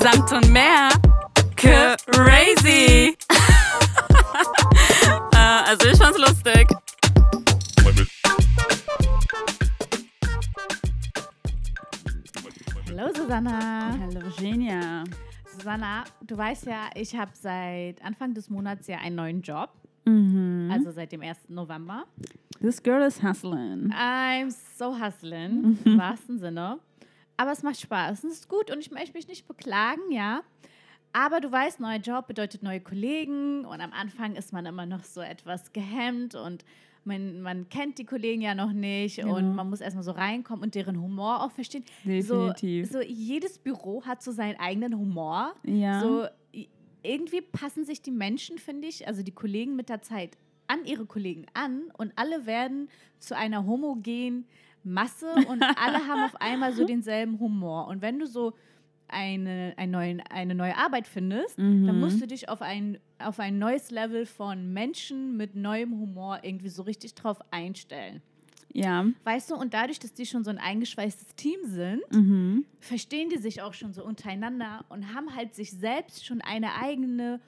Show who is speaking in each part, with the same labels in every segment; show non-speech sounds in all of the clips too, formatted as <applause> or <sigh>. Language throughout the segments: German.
Speaker 1: Samt und mehr. <laughs> Crazy. äh, also ich fand's lustig.
Speaker 2: Hallo Susanna.
Speaker 1: Hallo Genia.
Speaker 2: Susanna, du weißt ja, ich habe seit Anfang des Monats ja einen neuen Job,
Speaker 1: Mhm.
Speaker 2: also seit dem 1. November.
Speaker 1: This girl is hustling.
Speaker 2: I'm so
Speaker 1: Mhm.
Speaker 2: hustling, im wahrsten Sinne. Aber es macht Spaß und es ist gut und ich möchte mich nicht beklagen, ja. Aber du weißt, neuer Job bedeutet neue Kollegen und am Anfang ist man immer noch so etwas gehemmt und man, man kennt die Kollegen ja noch nicht
Speaker 1: Genau.
Speaker 2: und man muss erstmal so reinkommen und deren Humor auch verstehen.
Speaker 1: Definitiv.
Speaker 2: So, so jedes Büro hat so seinen eigenen Humor.
Speaker 1: ja.
Speaker 2: So, i- irgendwie passen sich die Menschen, finde ich, also die Kollegen mit der Zeit an ihre Kollegen an und alle werden zu einer homogenen Masse und alle haben auf
Speaker 1: <laughs>
Speaker 2: einmal so denselben Humor. Und wenn du so eine, einen neuen, eine neue Arbeit findest, dann
Speaker 1: Mhm.
Speaker 2: musst du dich auf ein, auf ein neues Level von Menschen mit neuem Humor irgendwie so richtig drauf einstellen.
Speaker 1: ja.
Speaker 2: Weißt du, und dadurch, dass die schon so ein eingeschweißtes Team sind,
Speaker 1: Mhm.
Speaker 2: verstehen die sich auch schon so untereinander und haben halt sich selbst schon eine eigene,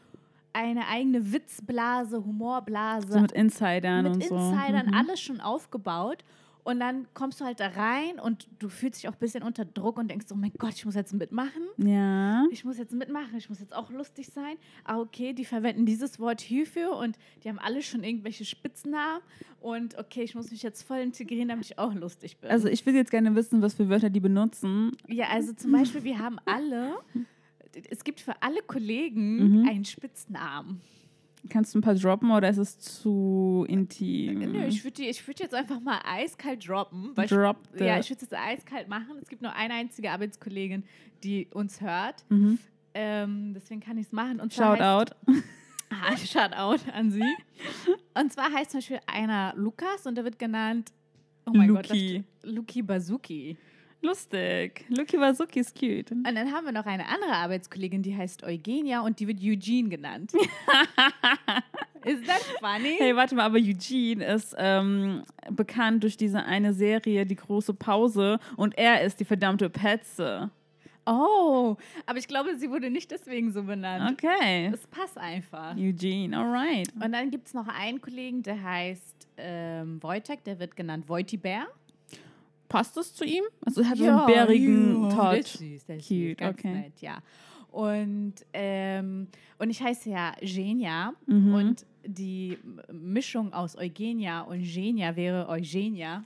Speaker 2: eine eigene Witzblase, Humorblase
Speaker 1: So mit Insidern
Speaker 2: mit
Speaker 1: und so.
Speaker 2: Insidern
Speaker 1: Mhm.
Speaker 2: alles schon aufgebaut. Und dann kommst du halt da rein und du fühlst dich auch ein bisschen unter Druck und denkst, oh mein Gott, ich muss jetzt mitmachen.
Speaker 1: Ja.
Speaker 2: Ich muss jetzt mitmachen, ich muss jetzt auch lustig sein. Ah, okay, die verwenden dieses Wort hierfür und die haben alle schon irgendwelche Spitznamen. Und okay, ich muss mich jetzt voll integrieren, damit ich auch lustig bin.
Speaker 1: Also ich will jetzt gerne wissen, was für Wörter die benutzen.
Speaker 2: Ja, also zum Beispiel, wir haben alle, es gibt für alle Kollegen
Speaker 1: Mhm.
Speaker 2: einen Spitznamen.
Speaker 1: Kannst du ein paar droppen oder ist es zu intim?
Speaker 2: Äh, Nö, ich würde würd jetzt einfach mal eiskalt droppen. Weil
Speaker 1: Mhm. Drop
Speaker 2: ich,
Speaker 1: the-
Speaker 2: ja, ich würde es jetzt eiskalt machen. Es gibt nur eine einzige Arbeitskollegin, die uns hört.
Speaker 1: mhm.
Speaker 2: Ähm, deswegen kann ich es machen. Und zwar
Speaker 1: Shout out.
Speaker 2: <laughs> heißt, out. Shoutout an sie. Und zwar heißt zum Beispiel einer Lukas und der wird genannt Oh mein
Speaker 1: Luki.
Speaker 2: Gott, das, Luki Bazuki.
Speaker 1: Lustig. Lucky Wazuki ist cute.
Speaker 2: Und dann haben wir noch eine andere Arbeitskollegin, die heißt Eugenia und die wird
Speaker 1: <laughs>
Speaker 2: Eugene genannt. Is that funny?
Speaker 1: Hey, warte mal, aber Eugene ist ähm, bekannt durch diese eine Serie, die große Pause, und er ist die verdammte Petze.
Speaker 2: Oh, aber ich glaube, sie wurde nicht deswegen so benannt.
Speaker 1: Okay.
Speaker 2: Es passt einfach.
Speaker 1: Eugene, alright.
Speaker 2: Und dann gibt es noch einen Kollegen, der heißt ähm, Wojtek, der wird genannt Wojtibär.
Speaker 1: Passt das zu ihm? Also er hat so einen bärigen
Speaker 2: Der ist
Speaker 1: Touch.
Speaker 2: süß, der ist
Speaker 1: Cute,
Speaker 2: süß, ganz
Speaker 1: okay.
Speaker 2: nett, ja. Und, ähm, und ich heiße ja Genia
Speaker 1: Mhm.
Speaker 2: und die M- Mischung aus Eugenia und Genia
Speaker 1: <laughs>
Speaker 2: wäre Eugenia.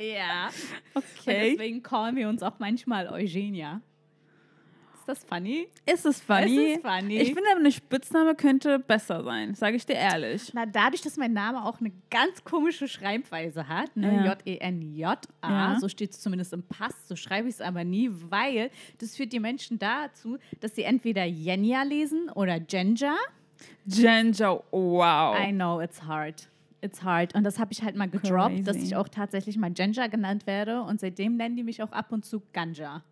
Speaker 2: Ja. Und
Speaker 1: Okay.
Speaker 2: deswegen callen wir uns auch manchmal Eugenia. Ist das funny?
Speaker 1: Ist es funny?
Speaker 2: Es ist funny.
Speaker 1: Ich finde, aber, eine Spitzname könnte besser sein, sage ich dir ehrlich.
Speaker 2: Na, dadurch, dass mein Name auch eine ganz komische Schreibweise hat, ne?
Speaker 1: Ja.
Speaker 2: J-E-N-J-A,
Speaker 1: Ja.
Speaker 2: so steht es zumindest im Pass, so schreibe ich es aber nie, weil das führt die Menschen dazu, dass sie entweder Jenya lesen oder Jenja.
Speaker 1: Ginger, wow.
Speaker 2: I know, it's hard. It's hard. Und das habe ich halt mal gedroppt, dass
Speaker 1: Crazy.
Speaker 2: ich auch tatsächlich mal Jenja genannt werde und seitdem nennen die mich auch ab und zu Ganja.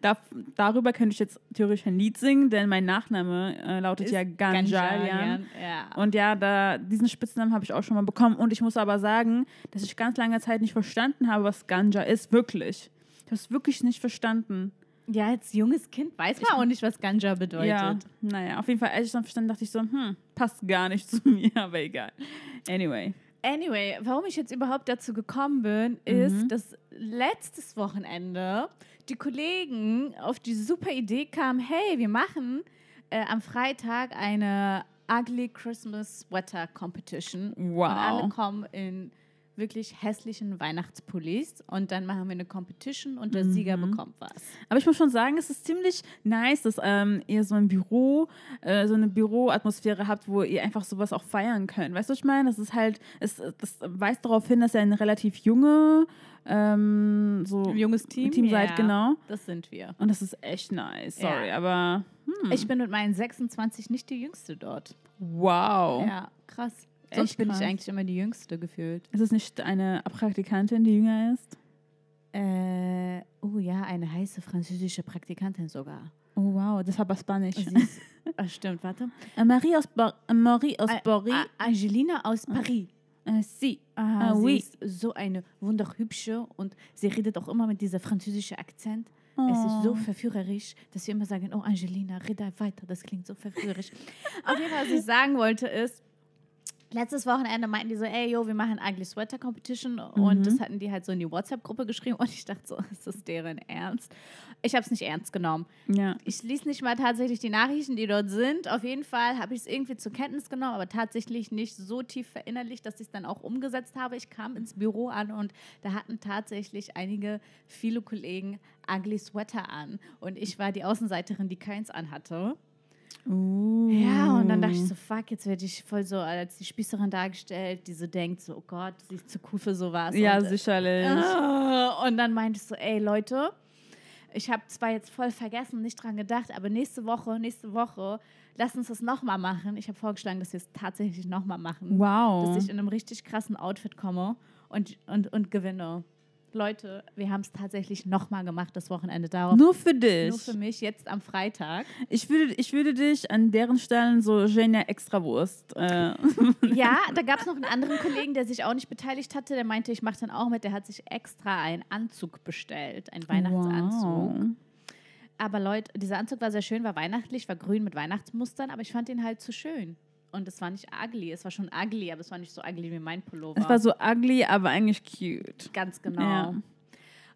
Speaker 1: Da, darüber könnte ich jetzt theoretisch ein Lied singen, denn mein Nachname äh, lautet
Speaker 2: Ist
Speaker 1: ja Ganjalian.
Speaker 2: Ganjalian, Ja.
Speaker 1: Und ja, da, diesen Spitznamen habe ich auch schon mal bekommen. Und ich muss aber sagen, dass ich ganz lange Zeit nicht verstanden habe, was Ganja ist, wirklich. Ich habe es wirklich nicht verstanden.
Speaker 2: ja, als junges Kind weiß man auch nicht, was Ganja bedeutet.
Speaker 1: Ja, naja, auf jeden Fall, als ich dann verstanden dachte ich so, hm, passt gar nicht <laughs> zu mir, aber egal. Anyway.
Speaker 2: Anyway, warum ich jetzt überhaupt dazu gekommen bin, ist, dass letztes Wochenende die Kollegen auf die super Idee kamen, hey, wir machen äh, am Freitag eine Ugly Christmas Sweater Competition.
Speaker 1: Wow.
Speaker 2: Und alle kommen in wirklich hässlichen Weihnachtspullis und dann machen wir eine Competition und der Sieger bekommt was.
Speaker 1: Aber ich muss schon sagen, es ist ziemlich nice, dass ähm, ihr so ein Büro, äh, so eine Büroatmosphäre habt, wo ihr einfach sowas auch feiern könnt. Weißt du, was ich meine? Das ist halt, es, das weist darauf hin, dass ihr eine relativ junge, ähm, so
Speaker 2: Junges Oh, Team?
Speaker 1: Team seid,
Speaker 2: Ja,
Speaker 1: genau.
Speaker 2: Das sind wir.
Speaker 1: Und das ist echt nice. Sorry,
Speaker 2: Ja.
Speaker 1: aber hm,
Speaker 2: Ich bin mit meinen 26 nicht die Jüngste dort.
Speaker 1: wow.
Speaker 2: Ja, krass.
Speaker 1: Echt
Speaker 2: Oh. Sonst bin
Speaker 1: krass.
Speaker 2: ich eigentlich immer die Jüngste gefühlt.
Speaker 1: Ist es nicht eine Praktikantin, die jünger ist?
Speaker 2: Äh, oh ja, eine heiße französische Praktikantin sogar.
Speaker 1: Oh wow, das war Spanisch.
Speaker 2: Sie <laughs> ist, ah, stimmt, warte.
Speaker 1: Äh, Marie aus, Bo äh, Marie aus
Speaker 2: Äh,
Speaker 1: Paris.
Speaker 2: A- Angelina aus Paris.
Speaker 1: Äh, sie.
Speaker 2: Ah,
Speaker 1: Ah,
Speaker 2: sie
Speaker 1: oui.
Speaker 2: ist so eine wunderhübsche und sie redet auch immer mit dieser französischen Akzent. Es ist so
Speaker 1: Oh.
Speaker 2: verführerisch, dass wir immer sagen, oh Angelina, rede weiter, das klingt so <laughs> verführerisch. Auf jeden Fall, was ich sagen wollte ist, letztes Wochenende meinten die so, ey, yo, wir machen Ugly Sweater Competition
Speaker 1: Mhm.
Speaker 2: und das hatten die halt so in die WhatsApp-Gruppe geschrieben und ich dachte so, <laughs> ist das deren Ernst? Ich habe es nicht ernst genommen
Speaker 1: Ja.
Speaker 2: ich lese nicht mal tatsächlich die Nachrichten, die dort sind. Auf jeden Fall habe ich es irgendwie zur Kenntnis genommen, aber tatsächlich nicht so tief verinnerlicht, dass ich es dann auch umgesetzt habe. Ich kam ins Büro an und da hatten tatsächlich einige, viele Kollegen ugly Sweater an. Und ich war die Außenseiterin, die keins anhatte. Ja, und dann dachte ich so, fuck, jetzt werde ich voll so als die Spießerin dargestellt, die so denkt, so, oh Gott, sie ist zu cool für sowas.
Speaker 1: Ja,
Speaker 2: und, äh,
Speaker 1: sicherlich.
Speaker 2: Ah, Und dann meinte ich so, ey Leute, ich habe zwar jetzt voll vergessen, nicht dran gedacht, aber nächste Woche, nächste Woche, lass uns das nochmal machen. Ich habe vorgeschlagen, dass wir es tatsächlich nochmal machen.
Speaker 1: Wow.
Speaker 2: Dass ich in einem richtig krassen Outfit komme und, und, und gewinne. Leute, wir haben es tatsächlich nochmal gemacht, das Wochenende darauf.
Speaker 1: Nur für dich.
Speaker 2: Nur für mich, jetzt
Speaker 1: <laughs>
Speaker 2: am Freitag.
Speaker 1: Ich würde, ich würde dich an deren Stellen so Genia Extrawurst. Äh,
Speaker 2: Ja, da gab es noch einen anderen Kollegen, der sich auch nicht beteiligt hatte. Der meinte, ich mache dann auch mit. Der hat sich extra einen Anzug bestellt, einen
Speaker 1: <laughs>
Speaker 2: Weihnachtsanzug.
Speaker 1: Wow.
Speaker 2: Aber Leute, dieser Anzug war sehr schön, war weihnachtlich, war grün mit Weihnachtsmustern, aber ich fand ihn halt zu schön. Und es war nicht ugly, es war schon ugly, aber es war nicht so ugly wie mein Pullover.
Speaker 1: Es war so ugly, aber eigentlich cute.
Speaker 2: ganz genau.
Speaker 1: Ja.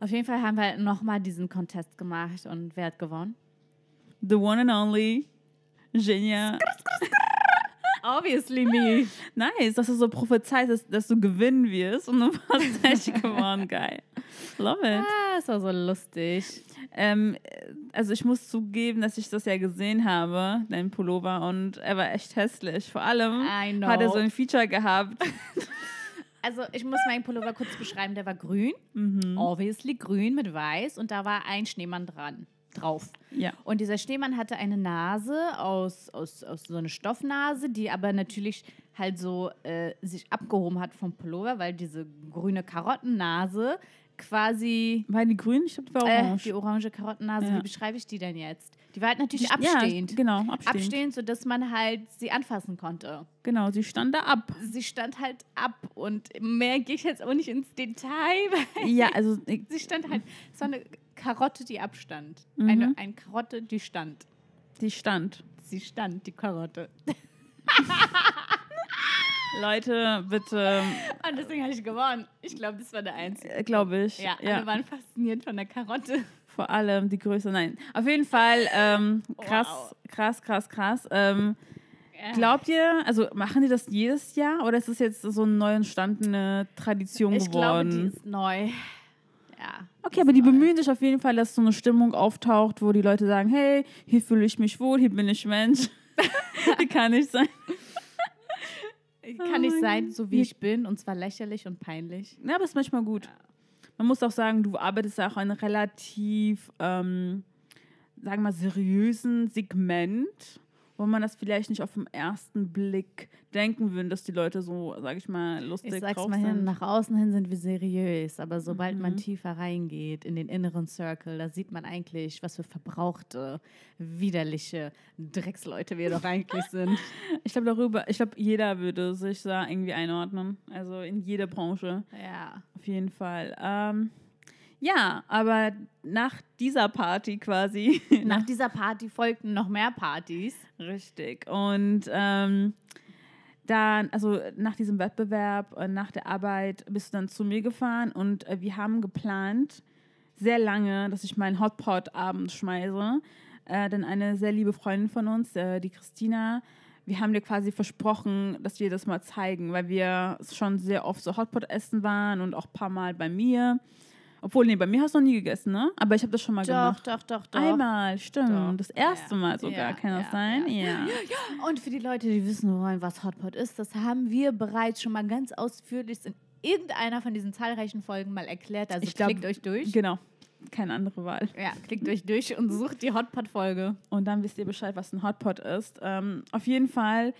Speaker 2: Auf jeden Fall haben wir nochmal diesen Contest gemacht und wer hat gewonnen?
Speaker 1: The one and only Genia.
Speaker 2: Obviously me.
Speaker 1: Nice, dass du so prophezeist, dass, dass du gewinnen wirst. Und dann warst <laughs> du echt gewonnen. Geil. Love it.
Speaker 2: <laughs> Ah, es war so lustig.
Speaker 1: Ähm, also ich muss zugeben, dass ich das ja gesehen habe, dein Pullover, und er war echt hässlich. Vor allem
Speaker 2: I know.
Speaker 1: hat er so ein Feature
Speaker 2: <laughs>
Speaker 1: gehabt.
Speaker 2: Also ich muss meinen Pullover kurz beschreiben, der war grün,
Speaker 1: Mhm.
Speaker 2: obviously grün mit weiß und da war ein Schneemann dran, drauf.
Speaker 1: Ja.
Speaker 2: Und dieser Schneemann hatte eine Nase aus, aus, aus so eine Stoffnase, die aber natürlich halt so äh, sich abgehoben hat vom Pullover, weil diese grüne Karottennase quasi.
Speaker 1: War die grün? Ich glaube, die war
Speaker 2: Äh,
Speaker 1: orange.
Speaker 2: die orange Karottennase,
Speaker 1: Ja.
Speaker 2: wie beschreibe ich die denn jetzt? Die war halt natürlich
Speaker 1: Ja,
Speaker 2: abstehend.
Speaker 1: genau, abstehend.
Speaker 2: abstehend, sodass man halt sie anfassen konnte.
Speaker 1: Genau, sie stand da ab.
Speaker 2: <laughs> Sie stand halt ab und mehr gehe ich jetzt auch nicht ins Detail, <laughs> weil
Speaker 1: ja, also ich-
Speaker 2: sie stand halt. Es war eine Karotte, die abstand.
Speaker 1: Mhm.
Speaker 2: Eine, eine Karotte, die stand.
Speaker 1: sie stand.
Speaker 2: Sie stand, die Karotte.
Speaker 1: Leute,
Speaker 2: <laughs>
Speaker 1: bitte,
Speaker 2: Und Ah, deswegen habe ich gewonnen. Ich glaube, das war der einzige.
Speaker 1: glaube ich.
Speaker 2: Ja, also alle waren fasziniert von der Karotte.
Speaker 1: Vor allem die Größe, nein. Auf jeden Fall ähm, krass,
Speaker 2: Wow.
Speaker 1: krass, krass, krass. Ähm,
Speaker 2: Ja.
Speaker 1: Glaubt ihr, also machen die das jedes Jahr oder ist das jetzt so eine neu entstandene Tradition
Speaker 2: ich glaube,
Speaker 1: geworden?
Speaker 2: die ist neu. Ja.
Speaker 1: okay, aber die bemühen sich auf jeden Fall, dass so eine Stimmung auftaucht, wo die Leute sagen, hey, hier fühle ich mich wohl, hier bin ich Mensch. <laughs> hier kann ich sein.
Speaker 2: Äh, Kann ich
Speaker 1: mein
Speaker 2: sein, so wie
Speaker 1: Gott.
Speaker 2: ich bin, und zwar lächerlich und peinlich.
Speaker 1: Ja, aber ist manchmal gut. Man muss auch sagen, du arbeitest ja auch in einem relativ, ähm, sagen wir mal, seriösen Segment, wo man das vielleicht nicht auf den ersten Blick denken würde, dass die Leute so, sag ich mal, lustig
Speaker 2: Ich sag's
Speaker 1: drauf
Speaker 2: mal hin,
Speaker 1: sind.
Speaker 2: nach außen hin sind wir seriös, aber sobald
Speaker 1: Mhm.
Speaker 2: man tiefer reingeht in den inneren Circle, da sieht man eigentlich, was für verbrauchte, widerliche Drecksleute wir doch <laughs> eigentlich sind.
Speaker 1: Ich glaube darüber, ich glaube jeder würde sich da irgendwie einordnen. Also in jeder Branche
Speaker 2: Ja.
Speaker 1: auf jeden Fall. Ähm, ja, aber nach dieser Party quasi.
Speaker 2: Nach dieser Party folgten noch mehr Partys.
Speaker 1: Richtig. Und ähm, dann, also nach diesem Wettbewerb, äh, nach der Arbeit, bist du dann zu mir gefahren und äh, wir haben geplant, sehr lange, dass ich meinen Hotpot-Abend schmeiße. Äh, denn eine sehr liebe Freundin von uns, äh, die Christina, wir haben dir quasi versprochen, dass wir das mal zeigen, weil wir schon sehr oft so Hotpot-Essen waren und auch ein paar Mal bei mir. Obwohl, nee, bei mir hast du noch nie gegessen, ne? Aber ich habe das schon mal
Speaker 2: Doch,
Speaker 1: gemacht.
Speaker 2: doch, doch, doch.
Speaker 1: Einmal, stimmt.
Speaker 2: Doch.
Speaker 1: Das erste
Speaker 2: Ja.
Speaker 1: Mal sogar,
Speaker 2: Ja,
Speaker 1: kann das
Speaker 2: ja,
Speaker 1: sein? Ja.
Speaker 2: Und für die Leute, die wissen wollen, was Hotpot ist, das haben wir bereits schon mal ganz ausführlich in irgendeiner von diesen zahlreichen Folgen mal erklärt. Also
Speaker 1: Ich glaub-
Speaker 2: klickt euch durch.
Speaker 1: Genau. Keine andere Wahl.
Speaker 2: Ja, klickt euch durch und sucht die Hotpot-Folge.
Speaker 1: Und dann wisst ihr Bescheid, was ein Hotpot ist. Ähm, auf jeden Fall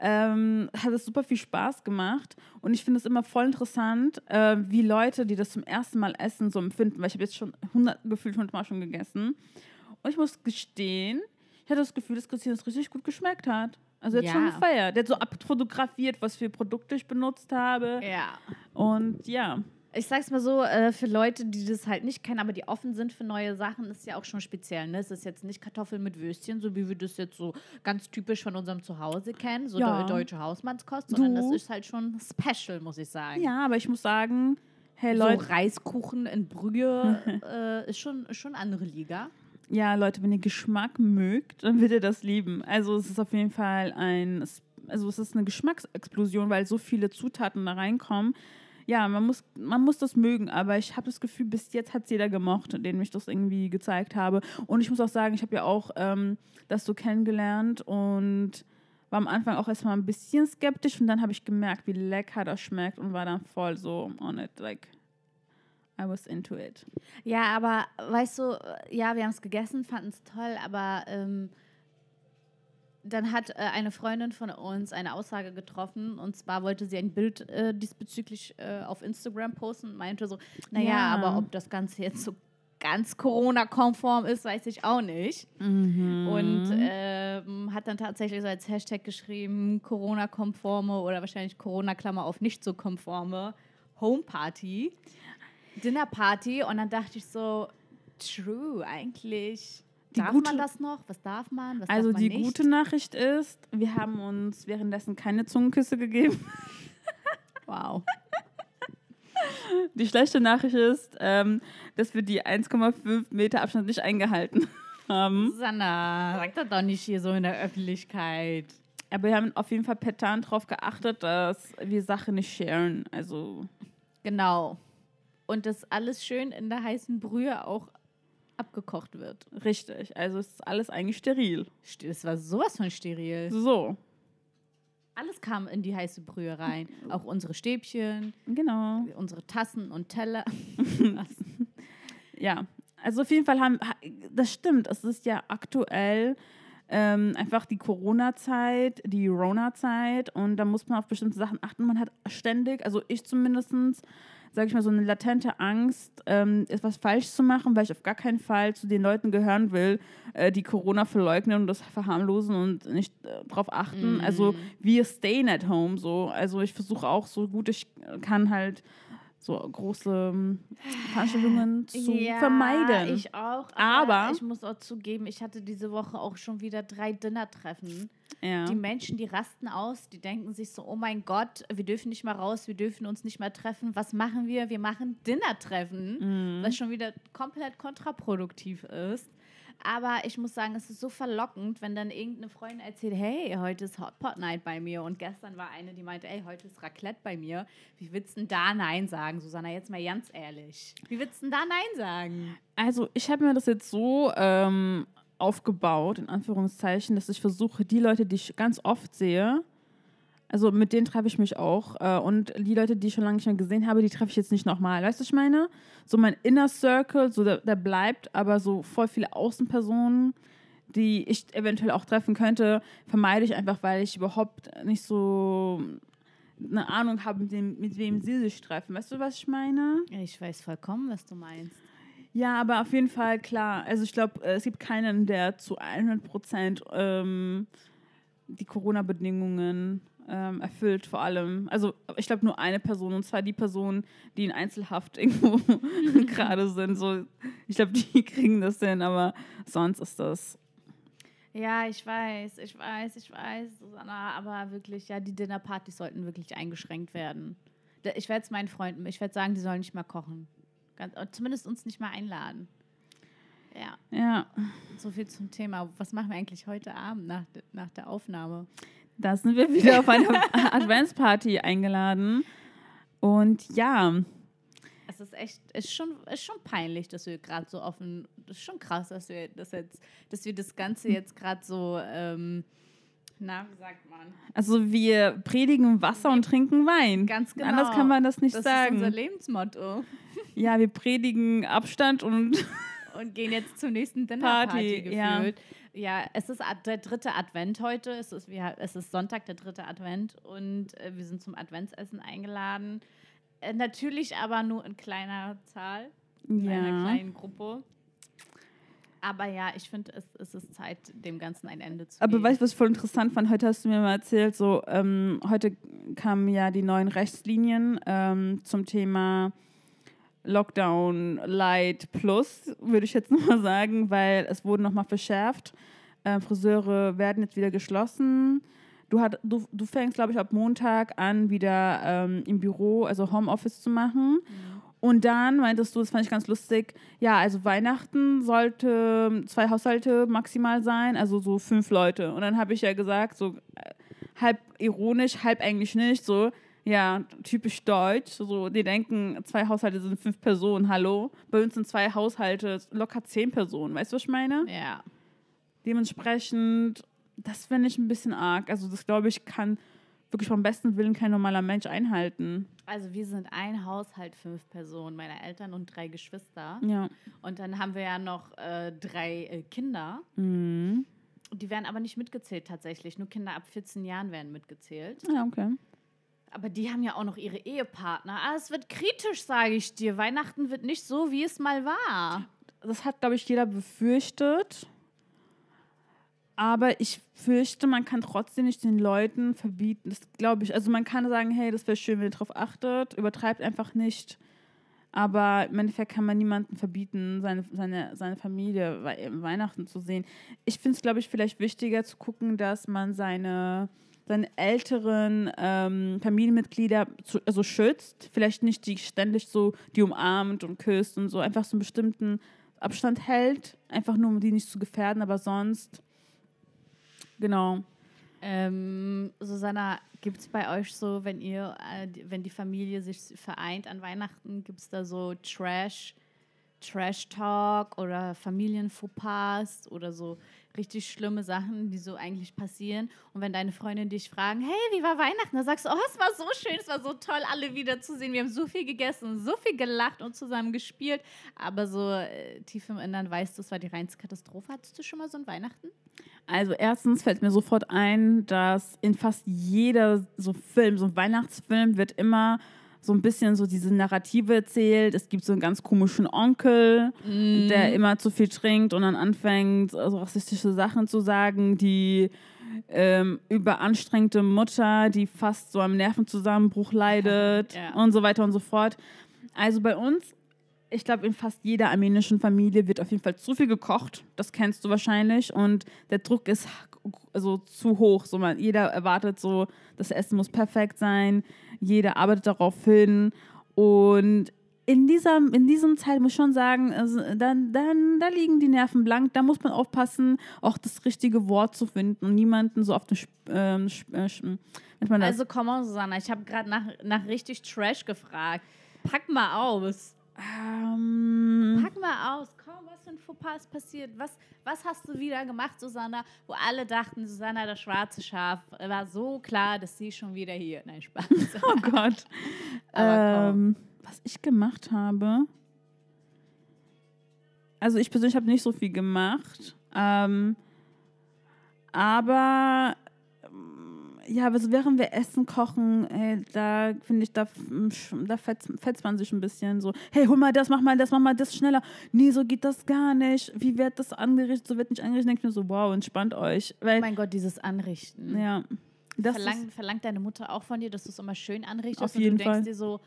Speaker 1: ähm, hat es super viel Spaß gemacht. Und ich finde es immer voll interessant, äh, wie Leute, die das zum ersten Mal essen, so empfinden. Weil ich habe jetzt schon 100, gefühlt 100 Mal schon gegessen. Und ich muss gestehen, ich hatte das Gefühl, dass Christine es richtig gut geschmeckt hat. Also er hat
Speaker 2: Ja.
Speaker 1: schon gefeiert. Der hat so abfotografiert, was für Produkte ich benutzt habe.
Speaker 2: Ja.
Speaker 1: Und ja.
Speaker 2: Ich sag's mal so, äh, für Leute, die das halt nicht kennen, aber die offen sind für neue Sachen, ist ja auch schon speziell. Ne? Es ist jetzt nicht Kartoffeln mit Würstchen, so wie wir das jetzt so ganz typisch von unserem Zuhause kennen, so
Speaker 1: Ja.
Speaker 2: der deutsche Hausmannskost, sondern
Speaker 1: Du?
Speaker 2: das ist halt schon special, muss ich sagen.
Speaker 1: Ja, aber ich muss sagen, hey
Speaker 2: So
Speaker 1: Leute,
Speaker 2: Reiskuchen in Brühe äh, ist schon, schon andere Liga.
Speaker 1: ja, Leute, wenn ihr Geschmack mögt, dann wird ihr das lieben. Also es ist auf jeden Fall ein, es- also es ist eine Geschmacksexplosion, weil so viele Zutaten da reinkommen. Ja, man muss, man muss das mögen, aber ich habe das Gefühl, bis jetzt hat es jeder gemocht, den ich das irgendwie gezeigt habe. Und ich muss auch sagen, ich habe ja auch ähm, das so kennengelernt und war am Anfang auch erstmal ein bisschen skeptisch und dann habe ich gemerkt, wie lecker das schmeckt und war dann voll so on it, like I was into it.
Speaker 2: Ja, aber weißt du, äh, ja, wir haben es gegessen, fanden es toll, aber ähm, dann hat äh, eine Freundin von uns eine Aussage getroffen und zwar wollte sie ein Bild äh, diesbezüglich äh, auf Instagram posten und meinte so, naja,
Speaker 1: Ja.
Speaker 2: aber ob das Ganze jetzt so ganz Corona-konform ist, weiß ich auch nicht.
Speaker 1: Mhm.
Speaker 2: Und ähm, hat dann tatsächlich so als Hashtag geschrieben, Corona-konforme oder wahrscheinlich Corona-Klammer auf nicht so konforme Homeparty, Dinnerparty. Und dann dachte ich so, true, eigentlich.
Speaker 1: Die
Speaker 2: darf
Speaker 1: gute-
Speaker 2: man das noch? Was darf man? Was
Speaker 1: Also
Speaker 2: darf man
Speaker 1: die
Speaker 2: nicht?
Speaker 1: gute Nachricht ist, wir haben uns währenddessen keine Zungenküsse gegeben. <laughs>
Speaker 2: Wow.
Speaker 1: Die schlechte Nachricht ist, ähm, dass wir die 1,5 Meter Abstand nicht eingehalten <laughs> haben.
Speaker 2: Sanna, sag das doch nicht hier so in der Öffentlichkeit.
Speaker 1: Aber wir haben auf jeden Fall petant darauf geachtet, dass wir Sachen nicht sharen. Also
Speaker 2: Genau. Und dass alles schön in der heißen Brühe auch abgekocht wird.
Speaker 1: richtig. Also es ist alles eigentlich steril. Also
Speaker 2: St- Es war sowas von steril.
Speaker 1: So,
Speaker 2: Alles kam in die heiße Brühe rein. <laughs> Auch unsere Stäbchen,
Speaker 1: genau.
Speaker 2: unsere Tassen und <laughs> Teller.
Speaker 1: Ja, also auf jeden Fall haben, ha- das stimmt, es ist ja aktuell ähm, einfach die Corona-Zeit, die Rona-Zeit und da muss man auf bestimmte Sachen achten. Man hat ständig, also ich zumindest, sage ich mal, so eine latente Angst, ähm, etwas falsch zu machen, weil ich auf gar keinen Fall zu den Leuten gehören will, äh, die Corona verleugnen und das verharmlosen und nicht äh, drauf achten.
Speaker 2: Mhm.
Speaker 1: Also wir stayen at home so. Also ich versuche auch so gut ich kann halt so große ähm, Veranstaltungen zu vermeiden.
Speaker 2: Ich auch.
Speaker 1: Aber-
Speaker 2: ich muss auch zugeben, ich hatte diese Woche auch schon wieder drei Dinnertreffen.
Speaker 1: ja.
Speaker 2: Die Menschen, die rasten aus, die denken sich so: Oh mein Gott, wir dürfen nicht mal raus, wir dürfen uns nicht mehr treffen. Was machen wir? Wir machen
Speaker 1: Mhm.
Speaker 2: Dinnertreffen, was schon wieder komplett kontraproduktiv ist. Aber ich muss sagen, es ist so verlockend, wenn dann irgendeine Freundin erzählt, hey, heute ist Hotpot Night bei mir und gestern war eine, die meinte, ey, heute ist Raclette bei mir. Wie willst du denn da Nein sagen, Susanna? Jetzt mal ganz ehrlich. Wie willst du denn da Nein sagen?
Speaker 1: Also ich habe mir das jetzt so ähm, aufgebaut, in Anführungszeichen, dass ich versuche, die Leute, die ich ganz oft sehe, also mit denen treffe ich mich auch. Äh, und die Leute, die ich schon lange nicht mehr gesehen habe, die treffe ich jetzt nicht nochmal. Weißt du, was ich meine? So mein Inner Circle, so der, der bleibt, aber so voll viele Außenpersonen, die ich eventuell auch treffen könnte, vermeide ich einfach, weil ich überhaupt nicht so eine Ahnung habe, mit, dem, mit wem sie sich treffen. Weißt du, was ich meine?
Speaker 2: Ich weiß vollkommen, was du meinst.
Speaker 1: Ja, aber auf jeden Fall klar. Also ich glaube, es gibt keinen, der zu 100 Prozent ähm, die Corona-Bedingungen ähm, erfüllt, vor allem. Also ich glaube nur eine Person, und zwar die Person, die in Einzelhaft <laughs>
Speaker 2: <laughs>
Speaker 1: irgendwo gerade sind. So, ich glaube, die <laughs> kriegen das denn, aber sonst ist das.
Speaker 2: Ja, ich weiß, ich weiß, ich weiß, Susanna, aber wirklich, ja, die Dinnerpartys sollten wirklich eingeschränkt werden. Da- Ich werde es meinen Freunden, ich werde sagen, die sollen nicht mehr kochen. Ganz, oder zumindest uns nicht mehr einladen. Ja,
Speaker 1: Ja,
Speaker 2: so viel zum Thema. Was machen wir eigentlich heute Abend nach, de- nach der Aufnahme?
Speaker 1: da sind wir wieder auf
Speaker 2: <laughs>
Speaker 1: eine Adventsparty eingeladen. Und ja,
Speaker 2: Es ist echt, ist schon, ist schon peinlich, dass wir gerade so offen, das ist schon krass, dass wir das jetzt, dass wir das Ganze jetzt gerade so, ähm, na, wie sagt man?
Speaker 1: also wir predigen Wasser und trinken Wein.
Speaker 2: Ganz genau.
Speaker 1: Anders kann man das nicht
Speaker 2: Das ist
Speaker 1: sagen.
Speaker 2: unser Lebensmotto.
Speaker 1: Ja, wir predigen Abstand und <laughs>
Speaker 2: und gehen jetzt zum nächsten Dinnerparty
Speaker 1: Party, ja.
Speaker 2: gefühlt. Ja. es ist Ad- der dritte Advent heute. Es ist, wir, es ist Sonntag, der dritte Advent und äh, wir sind zum Adventsessen eingeladen. Äh, natürlich aber nur in kleiner Zahl, in einer
Speaker 1: ja.
Speaker 2: kleinen Gruppe. Aber ja, ich finde, es, es ist Zeit, dem Ganzen ein Ende zu
Speaker 1: Aber
Speaker 2: geben.
Speaker 1: weißt du, was ich voll interessant fand? Heute hast du mir mal erzählt, so ähm, heute kamen ja die neuen Rechtslinien ähm, zum Thema Lockdown Light Plus, würde ich jetzt <laughs> nochmal sagen, weil es wurde nochmal verschärft. Äh, Friseure werden jetzt wieder geschlossen. Du, hat, du, du fängst, glaube ich, ab Montag an, wieder ähm, im Büro, also Homeoffice zu machen. Und dann meintest du, das fand ich ganz lustig, ja, also Weihnachten sollte zwei Haushalte maximal sein, also so fünf Leute. Und dann habe ich ja gesagt, so äh, halb ironisch, halb eigentlich nicht, so, ja, typisch deutsch, so, die denken, zwei Haushalte sind fünf Personen, hallo. Bei uns sind zwei Haushalte locker zehn Personen, weißt du, was ich meine?
Speaker 2: Ja.
Speaker 1: Dementsprechend, das fände ich ein bisschen arg. Also das, glaube ich, kann wirklich vom besten Willen kein normaler Mensch einhalten.
Speaker 2: Also wir sind ein Haushalt, fünf Personen, meine Eltern und drei Geschwister.
Speaker 1: Ja.
Speaker 2: Und dann haben wir ja noch äh, drei äh, Kinder.
Speaker 1: Mhm.
Speaker 2: Die werden aber nicht mitgezählt tatsächlich. Nur Kinder ab 14 Jahren werden mitgezählt.
Speaker 1: Ja, okay.
Speaker 2: Aber die haben ja auch noch ihre Ehepartner. Ah, es wird kritisch, sage ich dir. Weihnachten wird nicht so, wie es mal war.
Speaker 1: das hat, glaube ich, jeder befürchtet. Aber ich fürchte, man kann trotzdem nicht den Leuten verbieten. Das glaube ich. Also man kann sagen, hey, das wäre schön, wenn ihr darauf achtet. Übertreibt einfach nicht. Aber im Endeffekt kann man niemanden verbieten, seine, seine, seine Familie wei- Weihnachten zu sehen. Ich finde es, glaube ich, vielleicht wichtiger zu gucken, dass man seine, seine älteren ähm, Familienmitglieder zu, also schützt. Vielleicht nicht die ständig so, die umarmt und küsst und so. Einfach so einen bestimmten Abstand hält. Einfach nur, um die nicht zu gefährden, aber sonst. Genau.
Speaker 2: Ähm, Susanna, gibt es bei euch so, wenn ihr, äh, die- wenn die Familie sich vereint an Weihnachten, gibt es da so Trash, Trash Talk oder Familienfauxpas oder so richtig schlimme Sachen, die so eigentlich passieren? Und wenn deine Freundin dich fragen, hey, wie war Weihnachten? Da sagst du, oh, es war so schön, es war so toll, alle wiederzusehen. Wir haben so viel gegessen, so viel gelacht und zusammen gespielt. Aber so äh, tief im Innern weißt du, es war die reinste Katastrophe. Hattest du schon mal so ein Weihnachten?
Speaker 1: Also erstens fällt mir sofort ein, dass in fast jeder so Film, so ein Weihnachtsfilm wird immer so ein bisschen so diese Narrative erzählt. Es gibt so einen ganz komischen Onkel,
Speaker 2: Mhm.
Speaker 1: der immer zu viel trinkt und dann anfängt, so rassistische Sachen zu sagen, die ähm, überanstrengte Mutter, die fast so am Nervenzusammenbruch leidet
Speaker 2: Ja.
Speaker 1: und so weiter und so fort. Also bei uns, ich glaube, in fast jeder armenischen Familie wird auf jeden Fall zu viel gekocht. Das kennst du wahrscheinlich. Und der Druck ist also zu hoch. So man, jeder erwartet so, das Essen muss perfekt sein. Jeder arbeitet darauf hin. Und in dieser, in diesem Zeit muss ich schon sagen, also dann, dann, da liegen die Nerven blank. Da muss man aufpassen, auch das richtige Wort zu finden und niemanden so auf den. Sp ähm, sp äh, sch- nennt man das?
Speaker 2: Also komm on, Susanna, ich habe gerade nach, nach richtig Trash gefragt. Pack mal aus.
Speaker 1: ähm,
Speaker 2: Pack mal aus. Komm, was für ein Fauxpas ist passiert? Was, was hast du wieder gemacht, Susanna? Wo alle dachten, Susanna, das schwarze Schaf, äh, war so klar, dass sie schon wieder hier. Nein, Spaß.
Speaker 1: <laughs> oh Gott.
Speaker 2: Aber komm.
Speaker 1: ähm, was ich gemacht habe. Also ich persönlich habe nicht so viel gemacht. Ähm, aber ähm, ja, aber so während wir Essen kochen, ey, da finde ich, da, mm, da fetzt, fetzt man sich ein bisschen so. Hey, hol mal das, mach mal das, mach mal das schneller. Nee, so geht das gar nicht. Wie wird das angerichtet? So wird nicht angerichtet. Denke ich mir so, wow, entspannt euch.
Speaker 2: Oh
Speaker 1: Weil,
Speaker 2: mein Gott, dieses Anrichten.
Speaker 1: ja, das ist-
Speaker 2: Verlangt, verlangt deine Mutter auch von dir, dass du es immer schön anrichtest
Speaker 1: Auf
Speaker 2: und
Speaker 1: jeden
Speaker 2: du denkst
Speaker 1: Fall.
Speaker 2: dir so,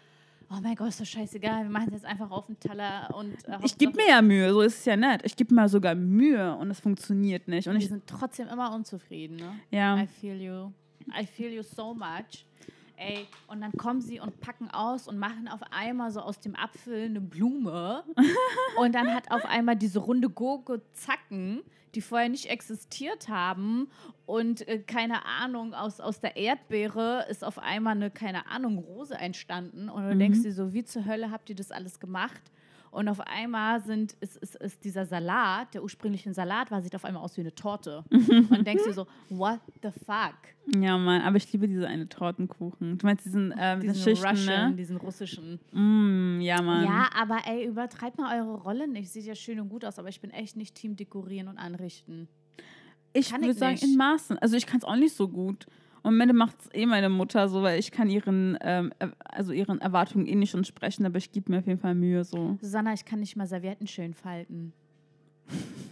Speaker 2: oh mein Gott, ist doch scheißegal, wir machen es jetzt einfach auf den Teller und äh,
Speaker 1: Ich gebe mir ja Mühe, so ist es ja nett. Ich gebe mir sogar Mühe und es funktioniert nicht. Und
Speaker 2: Hauptsache, Wir
Speaker 1: ich,
Speaker 2: sind trotzdem immer unzufrieden, ne?
Speaker 1: ja,
Speaker 2: I feel you. I feel you so much. Ey, und dann kommen sie und packen aus und machen auf einmal so aus dem Apfel eine Blume. und dann hat auf einmal diese runde Gurke Zacken, die vorher nicht existiert haben. Und äh, keine Ahnung, aus, aus der Erdbeere ist auf einmal eine, keine Ahnung, Rose entstanden. Und du
Speaker 1: Mhm.
Speaker 2: denkst dir so, wie zur Hölle habt ihr das alles gemacht? Und auf einmal sind, ist, ist, ist dieser Salat, der ursprüngliche Salat war, sieht auf einmal aus wie eine
Speaker 1: <laughs>
Speaker 2: Torte. und denkst dir so, what the fuck?
Speaker 1: ja, Mann, aber ich liebe diese eine Tortenkuchen. Du meinst diesen, äh, diesen
Speaker 2: Diesen
Speaker 1: Schichten,
Speaker 2: Russian,
Speaker 1: ne?
Speaker 2: diesen russischen.
Speaker 1: Mm, ja, Mann.
Speaker 2: Ja, aber ey, übertreibt mal eure Rolle nicht. Sieht ja schön und gut aus, aber ich bin echt nicht Team dekorieren und anrichten.
Speaker 1: ich
Speaker 2: kann
Speaker 1: würde
Speaker 2: ich
Speaker 1: sagen,
Speaker 2: nicht.
Speaker 1: in Maßen. Also ich kann es auch nicht so gut. Und am Ende macht es eh meine Mutter so, weil ich kann ihren, ähm, er- also ihren Erwartungen eh nicht entsprechen, aber ich gebe mir auf jeden Fall Mühe so.
Speaker 2: Susanna, ich kann nicht mal Servietten schön falten.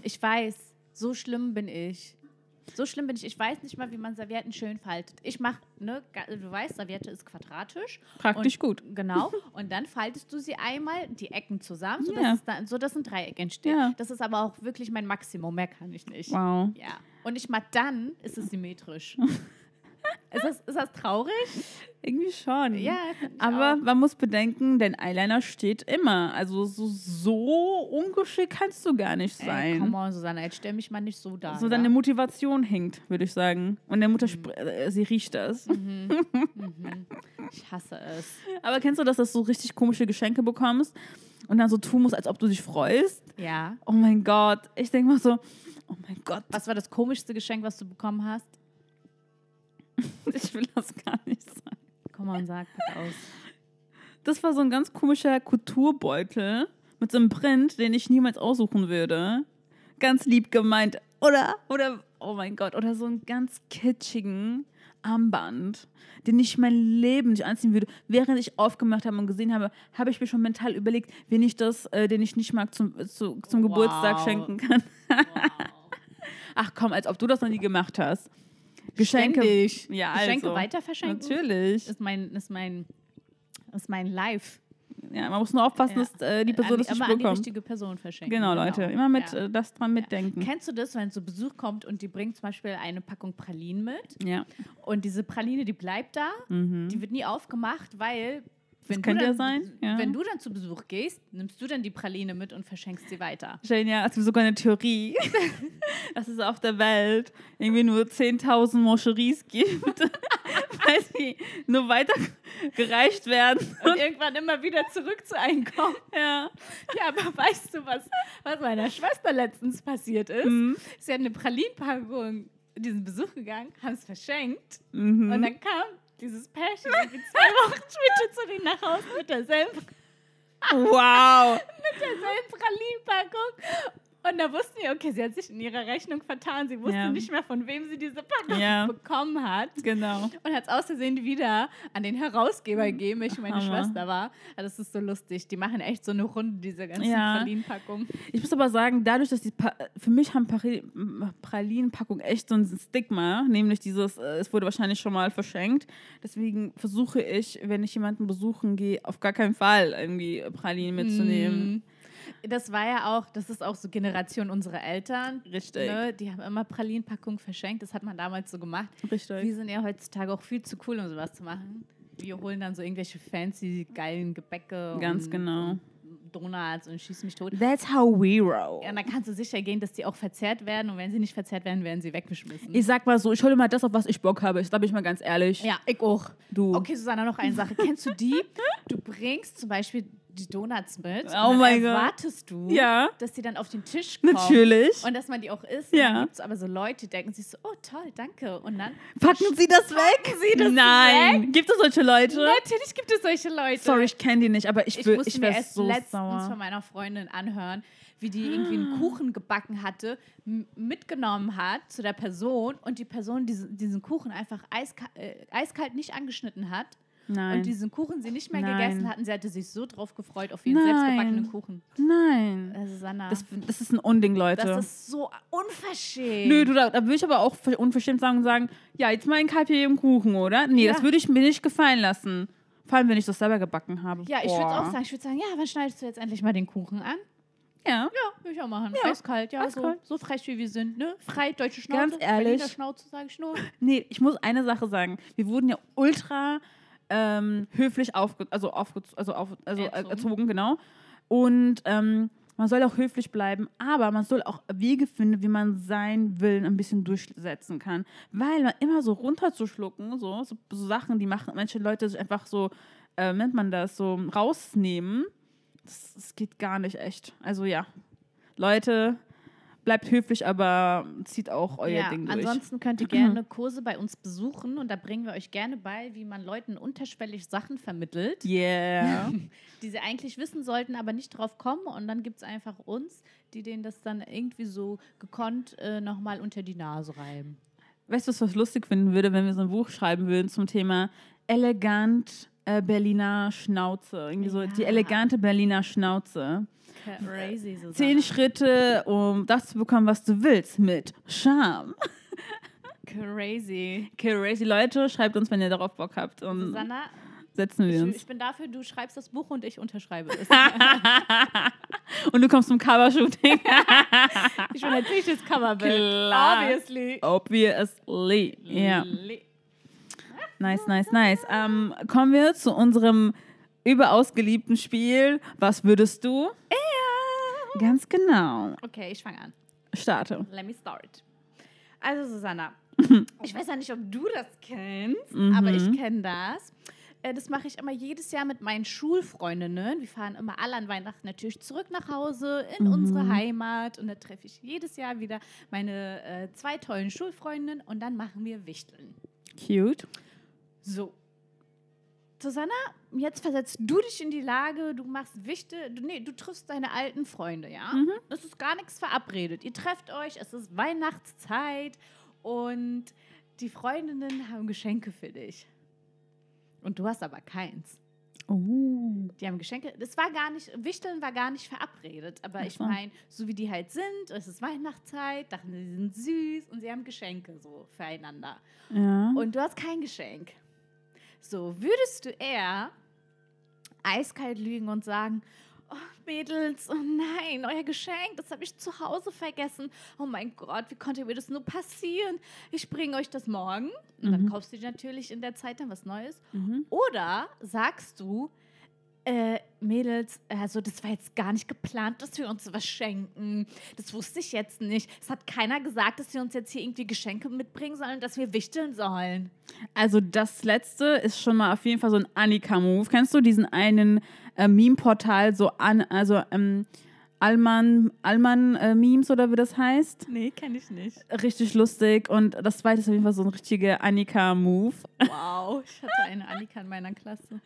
Speaker 2: Ich weiß, so schlimm bin ich. So schlimm bin ich. Ich weiß nicht mal, wie man Servietten schön faltet. Ich mache, ne, ga- du weißt, Serviette ist quadratisch.
Speaker 1: Praktisch gut. <laughs>
Speaker 2: Genau. Und dann faltest du sie einmal die Ecken zusammen, sodass,
Speaker 1: Ja.
Speaker 2: es dann, sodass ein Dreieck entsteht.
Speaker 1: Ja.
Speaker 2: Das ist aber auch wirklich mein Maximum. Mehr kann ich nicht.
Speaker 1: Wow.
Speaker 2: Ja. Und ich mal dann ist es
Speaker 1: <laughs>
Speaker 2: symmetrisch. ist, das, ist das traurig?
Speaker 1: Irgendwie schon.
Speaker 2: Ja. find ich
Speaker 1: Aber
Speaker 2: auch.
Speaker 1: man muss bedenken, dein Eyeliner steht immer. Also so, so ungeschickt kannst du gar nicht
Speaker 2: Ey,
Speaker 1: sein.
Speaker 2: come on, Susanne, jetzt stell mich mal nicht so da.
Speaker 1: so deine Motivation hängt, würde ich sagen. Und der Mutter, spr- äh, sie riecht das.
Speaker 2: Ich hasse es.
Speaker 1: <laughs> Aber kennst du das, dass du richtig komische Geschenke bekommst und dann so tun musst, als ob du dich freust?
Speaker 2: Ja.
Speaker 1: Oh mein Gott. Ich denke mal so, oh mein Gott, <laughs>
Speaker 2: Was war das komischste Geschenk, was du bekommen hast?
Speaker 1: ich will das gar nicht sagen.
Speaker 2: Komm mal und sag bitte aus.
Speaker 1: Das war so ein ganz komischer Kulturbeutel mit so einem Print, den ich niemals aussuchen würde. Ganz lieb gemeint, oder? Oder, oh mein Gott, oder so einen ganz kitschigen Armband, den ich mein Leben nicht anziehen würde. Während ich aufgemacht habe und gesehen habe, habe ich mir schon mental überlegt, wen ich das, äh, den ich nicht mag, zum, zu, zum
Speaker 2: Wow.
Speaker 1: Geburtstag schenken kann. <laughs> Ach komm, als ob du das noch nie gemacht hast. Geschenke.
Speaker 2: Ständig.
Speaker 1: Ja, <laughs>
Speaker 2: Geschenke
Speaker 1: also.
Speaker 2: weiter verschenken?
Speaker 1: Natürlich.
Speaker 2: Ist mein, ist mein, ist mein Live.
Speaker 1: Ja, man muss nur aufpassen,
Speaker 2: Ja.
Speaker 1: dass äh, die
Speaker 2: An-
Speaker 1: Person das nicht
Speaker 2: immer an die
Speaker 1: bekommt.
Speaker 2: richtige Person verschenken.
Speaker 1: Genau, Leute, immer mit
Speaker 2: Ja.
Speaker 1: äh, das dran mitdenken.
Speaker 2: Kennst du das, wenn zu Besuch kommt und die bringt zum Beispiel eine Packung Pralinen mit
Speaker 1: Ja.
Speaker 2: und diese Praline, die bleibt da, die wird nie aufgemacht, weil wenn
Speaker 1: Mhm. könnte
Speaker 2: du
Speaker 1: ja
Speaker 2: dann,
Speaker 1: sein, ja.
Speaker 2: wenn du dann zu Besuch gehst, nimmst du dann die Praline mit und verschenkst
Speaker 1: <laughs>
Speaker 2: sie weiter.
Speaker 1: Jane, ja, es gibt sogar eine Theorie, <laughs> dass es auf der Welt irgendwie nur 10.000 Moscheries gibt, <laughs> weil sie nur weitergereicht werden.
Speaker 2: Und irgendwann immer wieder zurück zu Einkommen.
Speaker 1: Ja.
Speaker 2: Ja, aber <laughs> weißt du, was, was meiner Schwester letztens passiert ist?
Speaker 1: Mhm.
Speaker 2: Sie hat eine Pralinenpackung in diesen Besuch gegangen, haben es verschenkt
Speaker 1: Mhm.
Speaker 2: und dann kam dieses Pärchen irgendwie zwei <laughs> Wochen später zu denen nach Hause mit derselben,
Speaker 1: Mhm. Wow.
Speaker 2: derselben Pralinenpackung. Und da wussten wir, okay, sie hat sich in ihrer Rechnung vertan. Sie wusste
Speaker 1: Ja.
Speaker 2: nicht mehr, von wem sie diese Packung <laughs>
Speaker 1: Ja.
Speaker 2: bekommen hat.
Speaker 1: Genau.
Speaker 2: Und hat es aus Versehen wieder an den Herausgeber gegeben, welche meine
Speaker 1: Hm. Hammer.
Speaker 2: Schwester war. Ja, Das ist so lustig. Die machen echt so eine Runde, diese ganzen
Speaker 1: Ja.
Speaker 2: Pralinenpackungen.
Speaker 1: Ich muss aber sagen, dadurch, dass die pa für mich haben Pari- Pralinenpackungen echt so ein Stigma, nämlich dieses, äh, es wurde wahrscheinlich schon mal verschenkt. Deswegen versuche ich, wenn ich jemanden besuchen gehe, auf gar keinen Fall irgendwie Pralinen mitzunehmen.
Speaker 2: Mm. Das war ja auch, das ist auch so Generation unserer Eltern.
Speaker 1: Richtig.
Speaker 2: Ne, die haben immer Pralinenpackungen verschenkt. Das hat man damals so gemacht.
Speaker 1: Richtig.
Speaker 2: Wir sind ja heutzutage auch viel zu cool, um sowas zu machen. Wir holen dann so irgendwelche fancy, geilen Gebäcke.
Speaker 1: Ganz
Speaker 2: und,
Speaker 1: genau.
Speaker 2: Und Donuts und schieß mich tot.
Speaker 1: That's how we roll.
Speaker 2: Ja, dann kannst du sicher gehen, dass die auch verzehrt werden. Und wenn sie nicht verzehrt werden, werden sie weggeschmissen.
Speaker 1: Ich sag mal so, ich hole mal das auf, was ich Bock habe. Ich, da bin ich mal ganz ehrlich.
Speaker 2: ja, ich auch.
Speaker 1: Du.
Speaker 2: Okay, Susanna, noch eine Sache. Kennst du die? Du bringst zum Beispiel die Donuts mit. und
Speaker 1: Oh
Speaker 2: dann
Speaker 1: mein Gott.
Speaker 2: erwartest du,
Speaker 1: Ja.
Speaker 2: dass die dann auf den Tisch kommen.
Speaker 1: Natürlich.
Speaker 2: Und dass man die auch isst.
Speaker 1: Ja.
Speaker 2: Und dann gibt's aber so Leute, die denken sich so, oh toll, danke.
Speaker 1: <laughs>
Speaker 2: Und dann,
Speaker 1: Packen Sie das weg?
Speaker 2: Sie das
Speaker 1: Nein. Gibt es solche Leute?
Speaker 2: natürlich gibt es solche Leute.
Speaker 1: Sorry, ich kenne die nicht, aber ich,
Speaker 2: ich
Speaker 1: will,
Speaker 2: musste
Speaker 1: ich
Speaker 2: mir
Speaker 1: wäre
Speaker 2: erst
Speaker 1: so
Speaker 2: letztens von
Speaker 1: sauer.
Speaker 2: meiner Freundin anhören,
Speaker 1: <gasps>
Speaker 2: wie die irgendwie einen Kuchen gebacken hatte, m- mitgenommen hat zu der Person und die Person diesen, diesen Kuchen einfach eiska äh, eiskalt nicht angeschnitten hat
Speaker 1: Nein.
Speaker 2: und diesen Kuchen sie nicht mehr
Speaker 1: Nein.
Speaker 2: gegessen hatten. Sie hatte sich so drauf gefreut auf ihren
Speaker 1: Nein.
Speaker 2: selbstgebackenen Kuchen.
Speaker 1: Nein.
Speaker 2: Äh, Susanna,
Speaker 1: Das, das ist ein Unding, Leute.
Speaker 2: das ist so unverschämt.
Speaker 1: Nö, du, da, da würde ich aber auch ver- unverschämt sagen und sagen, ja, jetzt mal ein Kaffee im Kuchen, oder? Nee,
Speaker 2: Ja.
Speaker 1: das würde ich mir nicht gefallen lassen. Vor allem, wenn ich das selber gebacken habe.
Speaker 2: ja, ich würde
Speaker 1: Boah.
Speaker 2: auch sagen, ich würde sagen, ja, wann schneidest du jetzt endlich mal den Kuchen an?
Speaker 1: Ja.
Speaker 2: Ja, würde ich auch machen.
Speaker 1: Ja,
Speaker 2: Eiskalt, ja.
Speaker 1: eiskalt.
Speaker 2: So, so frech wie wir sind, ne? Frei, deutsche Schnauze.
Speaker 1: Ganz ehrlich.
Speaker 2: Berliner Schnauze, sage ich nur.
Speaker 1: Nee, ich muss eine Sache sagen. Wir wurden ja ultra ähm, höflich aufge also aufge also auf also erzogen.
Speaker 2: Erzogen.
Speaker 1: erzogen, genau. Und ähm, man soll auch höflich bleiben, aber man soll auch Wege finden, wie man seinen Willen ein bisschen durchsetzen kann. Weil man immer so runterzuschlucken, so, so, so Sachen, die machen manche Leute sich einfach so, äh, nennt man das, so rausnehmen, das, das geht gar nicht echt. Also ja, Leute, bleibt höflich, aber zieht auch <laughs> euer
Speaker 2: ja,
Speaker 1: Ding durch. <clears throat>
Speaker 2: ansonsten könnt ihr gerne Kurse bei uns besuchen und da bringen wir euch gerne bei, wie man Leuten unterschwellig Sachen vermittelt,
Speaker 1: Yeah.
Speaker 2: die sie eigentlich wissen sollten, aber nicht drauf kommen. Und dann gibt es einfach uns, die denen das dann irgendwie so gekonnt äh, nochmal unter die Nase reiben.
Speaker 1: <laughs> weißt du, was ich lustig finden würde, wenn wir so ein Buch schreiben würden zum Thema elegant äh, Berliner Schnauze. Irgendwie so
Speaker 2: Ja.
Speaker 1: die elegante Berliner Schnauze.
Speaker 2: Crazy, so
Speaker 1: Zehn Schritte, um das zu bekommen, was du willst, mit Charme.
Speaker 2: Crazy.
Speaker 1: Crazy Leute, schreibt uns, wenn ihr darauf Bock habt. Und
Speaker 2: Susanna,
Speaker 1: setzen
Speaker 2: ich,
Speaker 1: wir
Speaker 2: ich
Speaker 1: Mm. uns.
Speaker 2: bin dafür, du schreibst das Buch und ich unterschreibe
Speaker 1: <laughs>
Speaker 2: es.
Speaker 1: Und du kommst zum Covershooting. <laughs>
Speaker 2: ich bin natürlich das Coverbild.
Speaker 1: Klar.
Speaker 2: Obviously.
Speaker 1: Obviously. Ja.
Speaker 2: Le-
Speaker 1: Nice, nice, nice. Ähm, kommen wir zu unserem überaus geliebten Spiel. Was würdest du? Ja. Ganz genau.
Speaker 2: Okay, ich fange an.
Speaker 1: Starte.
Speaker 2: Let me start.
Speaker 1: <laughs>
Speaker 2: Also, Susanna, ich weiß ja nicht, ob du das kennst,
Speaker 1: Mhm.
Speaker 2: aber ich kenne das. Äh, Das mache ich immer jedes Jahr mit meinen Schulfreundinnen. Wir fahren immer alle an Weihnachten natürlich zurück nach Hause in
Speaker 1: Mhm.
Speaker 2: unsere Heimat. Und da treffe ich jedes Jahr wieder meine äh, zwei tollen Schulfreundinnen und dann machen wir Wichteln.
Speaker 1: Cute.
Speaker 2: So. Susanna, jetzt versetzt du dich in die Lage, du machst Wichte, du, nee, du triffst deine alten Freunde, ja?
Speaker 1: Mhm.
Speaker 2: Es ist gar nichts verabredet. Ihr trefft euch, es ist Weihnachtszeit und die Freundinnen haben Geschenke für dich. Und du hast aber keins.
Speaker 1: Oh.
Speaker 2: Die haben Geschenke. Das war gar nicht, Wichteln war gar nicht verabredet. Aber ich
Speaker 1: Ach so.
Speaker 2: meine, so wie die halt sind, es ist Weihnachtszeit, dachten sie sind süß und sie haben Geschenke so füreinander
Speaker 1: Ja.
Speaker 2: und du hast kein Geschenk. So, würdest du eher eiskalt lügen und sagen, oh Mädels, oh nein, euer Geschenk, das habe ich zu Hause vergessen. Oh mein Gott, wie konnte mir das nur passieren? Ich bringe euch das morgen. Und dann
Speaker 1: Mhm.
Speaker 2: kaufst du dir natürlich in der Zeit dann was Neues.
Speaker 1: Mhm.
Speaker 2: Oder sagst du, äh, Mädels, also das war jetzt gar nicht geplant, dass wir uns was schenken. Das wusste ich jetzt nicht. Es hat keiner gesagt, dass wir uns jetzt hier irgendwie Geschenke mitbringen sollen, dass wir wichteln sollen.
Speaker 1: Also das letzte ist schon mal auf jeden Fall so ein Annika-Move. Kennst du diesen einen äh, Meme-Portal, so an, also ähm, Alman, Alman äh, Memes oder wie das heißt?
Speaker 2: Nee, kenne ich nicht.
Speaker 1: Richtig lustig und das zweite ist auf jeden Fall so ein richtiger Annika-Move. <laughs>
Speaker 2: Wow, ich hatte eine Annika in meiner Klasse.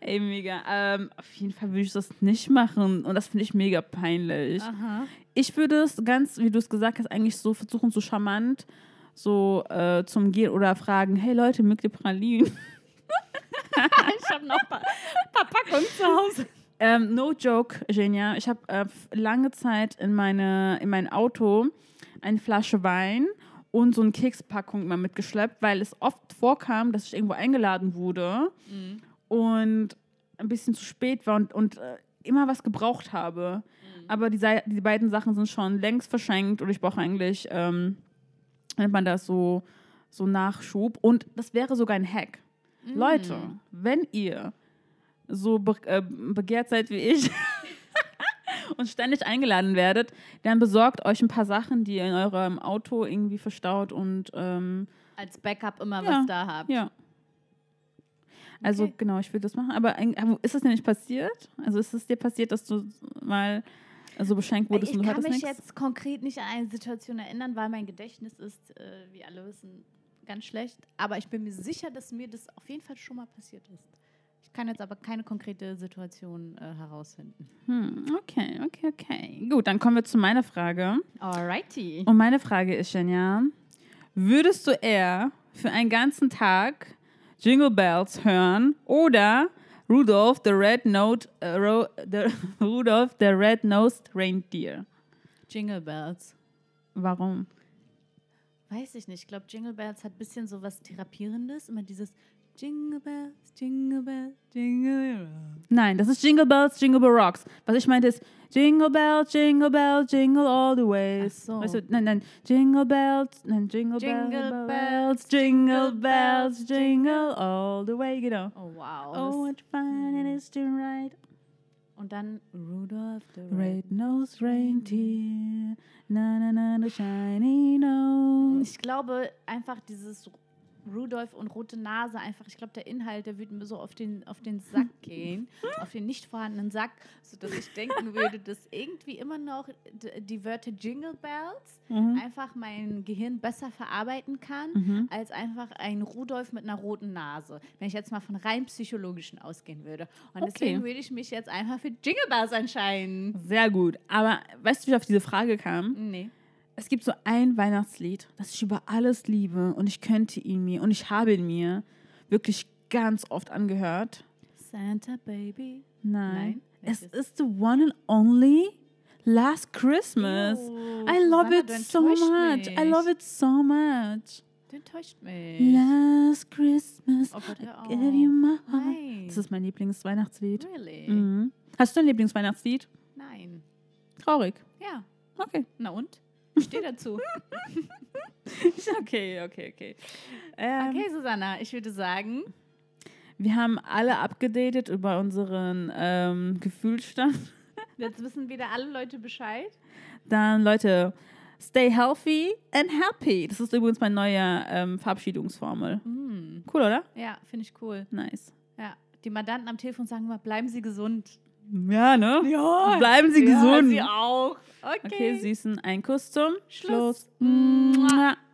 Speaker 1: Ey, mega. Ähm, auf jeden Fall würde ich das nicht machen und das finde ich mega peinlich.
Speaker 2: Aha.
Speaker 1: Ich würde es ganz, wie du es gesagt hast, eigentlich so versuchen, so charmant so äh, zum Gehen oder fragen, hey Leute, mögt ihr Pralinen?
Speaker 2: <laughs> Ich habe noch ein paar, paar Packungen zu Hause.
Speaker 1: Ähm, no joke, Genia. Ich habe äh, f- lange Zeit in, meine, in mein Auto eine Flasche Wein und so eine Kekspackung mal mitgeschleppt, weil es oft vorkam, dass ich irgendwo eingeladen wurde
Speaker 2: Mm,
Speaker 1: und ein bisschen zu spät war und, und äh, immer was gebraucht habe. Aber die, Sei- die beiden Sachen sind schon längst verschenkt und ich brauche eigentlich, ähm, nennt man das so, so Nachschub. Und das wäre sogar ein Hack. Leute,
Speaker 2: Mm.
Speaker 1: wenn ihr so be äh, begehrt seid wie ich <laughs> und ständig eingeladen werdet, dann besorgt euch ein paar Sachen, die ihr in eurem Auto irgendwie verstaut und ähm,
Speaker 2: Als Backup immer
Speaker 1: Ja.
Speaker 2: was da habt.
Speaker 1: ja. Also
Speaker 2: Okay.
Speaker 1: genau, ich würde das machen. Aber eig- aber ist das denn nicht passiert? Also ist es dir passiert, dass du mal so beschenkt wurdest
Speaker 2: Äh, ich
Speaker 1: und du
Speaker 2: kann
Speaker 1: hattest
Speaker 2: mich
Speaker 1: nichts?
Speaker 2: jetzt konkret nicht an eine Situation erinnern, weil mein Gedächtnis ist, äh, wie alle wissen, ganz schlecht. Aber ich bin mir sicher, dass mir das auf jeden Fall schon mal passiert ist. Ich kann jetzt aber keine konkrete Situation äh, herausfinden.
Speaker 1: Hm, okay, okay, okay. Gut, dann kommen wir zu meiner Frage.
Speaker 2: Alrighty.
Speaker 1: Und meine Frage ist, Jenja, würdest du eher für einen ganzen Tag Jingle Bells hören oder Rudolph the Red Note, äh, Ro, the, <laughs> Rudolph the Red Nosed Reindeer?
Speaker 2: Jingle Bells.
Speaker 1: Warum?
Speaker 2: Weiß ich nicht. Ich glaube, Jingle Bells hat ein bisschen so was Therapierendes. Immer dieses Jingle Bells, Jingle Bells, Jingle Bells.
Speaker 1: Nein, das ist Jingle Bells, Jingle Bell Rocks. Was ich meinte ist Jingle Bell, Jingle Bell, Jingle all the way.
Speaker 2: Ach so.
Speaker 1: Weißt du, nein, nein, Jingle Bells, nein, Jingle,
Speaker 2: Jingle
Speaker 1: Bells,
Speaker 2: Bells,
Speaker 1: Jingle
Speaker 2: Jingle
Speaker 1: Bells,
Speaker 2: Bells,
Speaker 1: Jingle all the way, genau.
Speaker 2: Oh, wow.
Speaker 1: Oh,
Speaker 2: Das-
Speaker 1: what fun it is to ride
Speaker 2: Und dann Rudolph the Red.
Speaker 1: Red nosed reindeer, na na na the shiny nose.
Speaker 2: Ich glaube einfach dieses Rudolf und rote Nase einfach, ich glaube der Inhalt, der würde mir so auf den, auf den <laughs> Sack gehen, auf den nicht vorhandenen Sack, sodass ich denken würde, dass irgendwie immer noch d- die Wörter Jingle Bells
Speaker 1: Mhm.
Speaker 2: einfach mein Gehirn besser verarbeiten kann,
Speaker 1: Mhm.
Speaker 2: als einfach ein Rudolf mit einer roten Nase, wenn ich jetzt mal von rein psychologischen ausgehen würde. Und
Speaker 1: Okay.
Speaker 2: deswegen würde ich mich jetzt einfach für Jingle Bells entscheiden.
Speaker 1: Sehr gut. Aber weißt du, wie ich auf diese Frage kam?
Speaker 2: Nee.
Speaker 1: es gibt so ein Weihnachtslied, das ich über alles liebe und ich könnte ihn mir und ich habe ihn mir wirklich ganz oft angehört.
Speaker 2: Santa Baby.
Speaker 1: Nein.
Speaker 2: Nein,
Speaker 1: es
Speaker 2: welches?
Speaker 1: ist the one and only Last Christmas.
Speaker 2: Oh,
Speaker 1: I love
Speaker 2: Susanna,
Speaker 1: it
Speaker 2: du
Speaker 1: so
Speaker 2: enttäuscht
Speaker 1: much. I
Speaker 2: mich.
Speaker 1: love it so much.
Speaker 2: Du enttäuscht mich.
Speaker 1: Last Christmas,
Speaker 2: Oh Gott,
Speaker 1: I
Speaker 2: hör
Speaker 1: gave you my
Speaker 2: auf.
Speaker 1: heart.
Speaker 2: Nein.
Speaker 1: Das ist mein Lieblingsweihnachtslied.
Speaker 2: really?
Speaker 1: Mhm. Hast du ein Lieblingsweihnachtslied?
Speaker 2: Nein.
Speaker 1: Traurig.
Speaker 2: Ja.
Speaker 1: Okay.
Speaker 2: Na und? Ich stehe dazu.
Speaker 1: <laughs> Ähm. Okay, okay, okay. Ähm,
Speaker 2: Okay, Susanna, ich würde sagen,
Speaker 1: Wir haben alle abgedatet über unseren ähm, Gefühlsstand.
Speaker 2: jetzt wissen wieder alle Leute Bescheid.
Speaker 1: Dann, Leute, stay healthy and happy. Das ist übrigens meine neue ähm, Verabschiedungsformel.
Speaker 2: Mm.
Speaker 1: Cool, oder?
Speaker 2: Ja, finde ich cool.
Speaker 1: Nice.
Speaker 2: Ja. Die Mandanten am Telefon sagen immer, bleiben Sie gesund.
Speaker 1: Ja, ne?
Speaker 2: Ja.
Speaker 1: Bleiben Sie
Speaker 2: Ja,
Speaker 1: gesund.
Speaker 2: Sie auch. Okay.
Speaker 1: Okay, Süßen, ein Kuss zum
Speaker 2: Schluss.
Speaker 1: Schluss. Mua.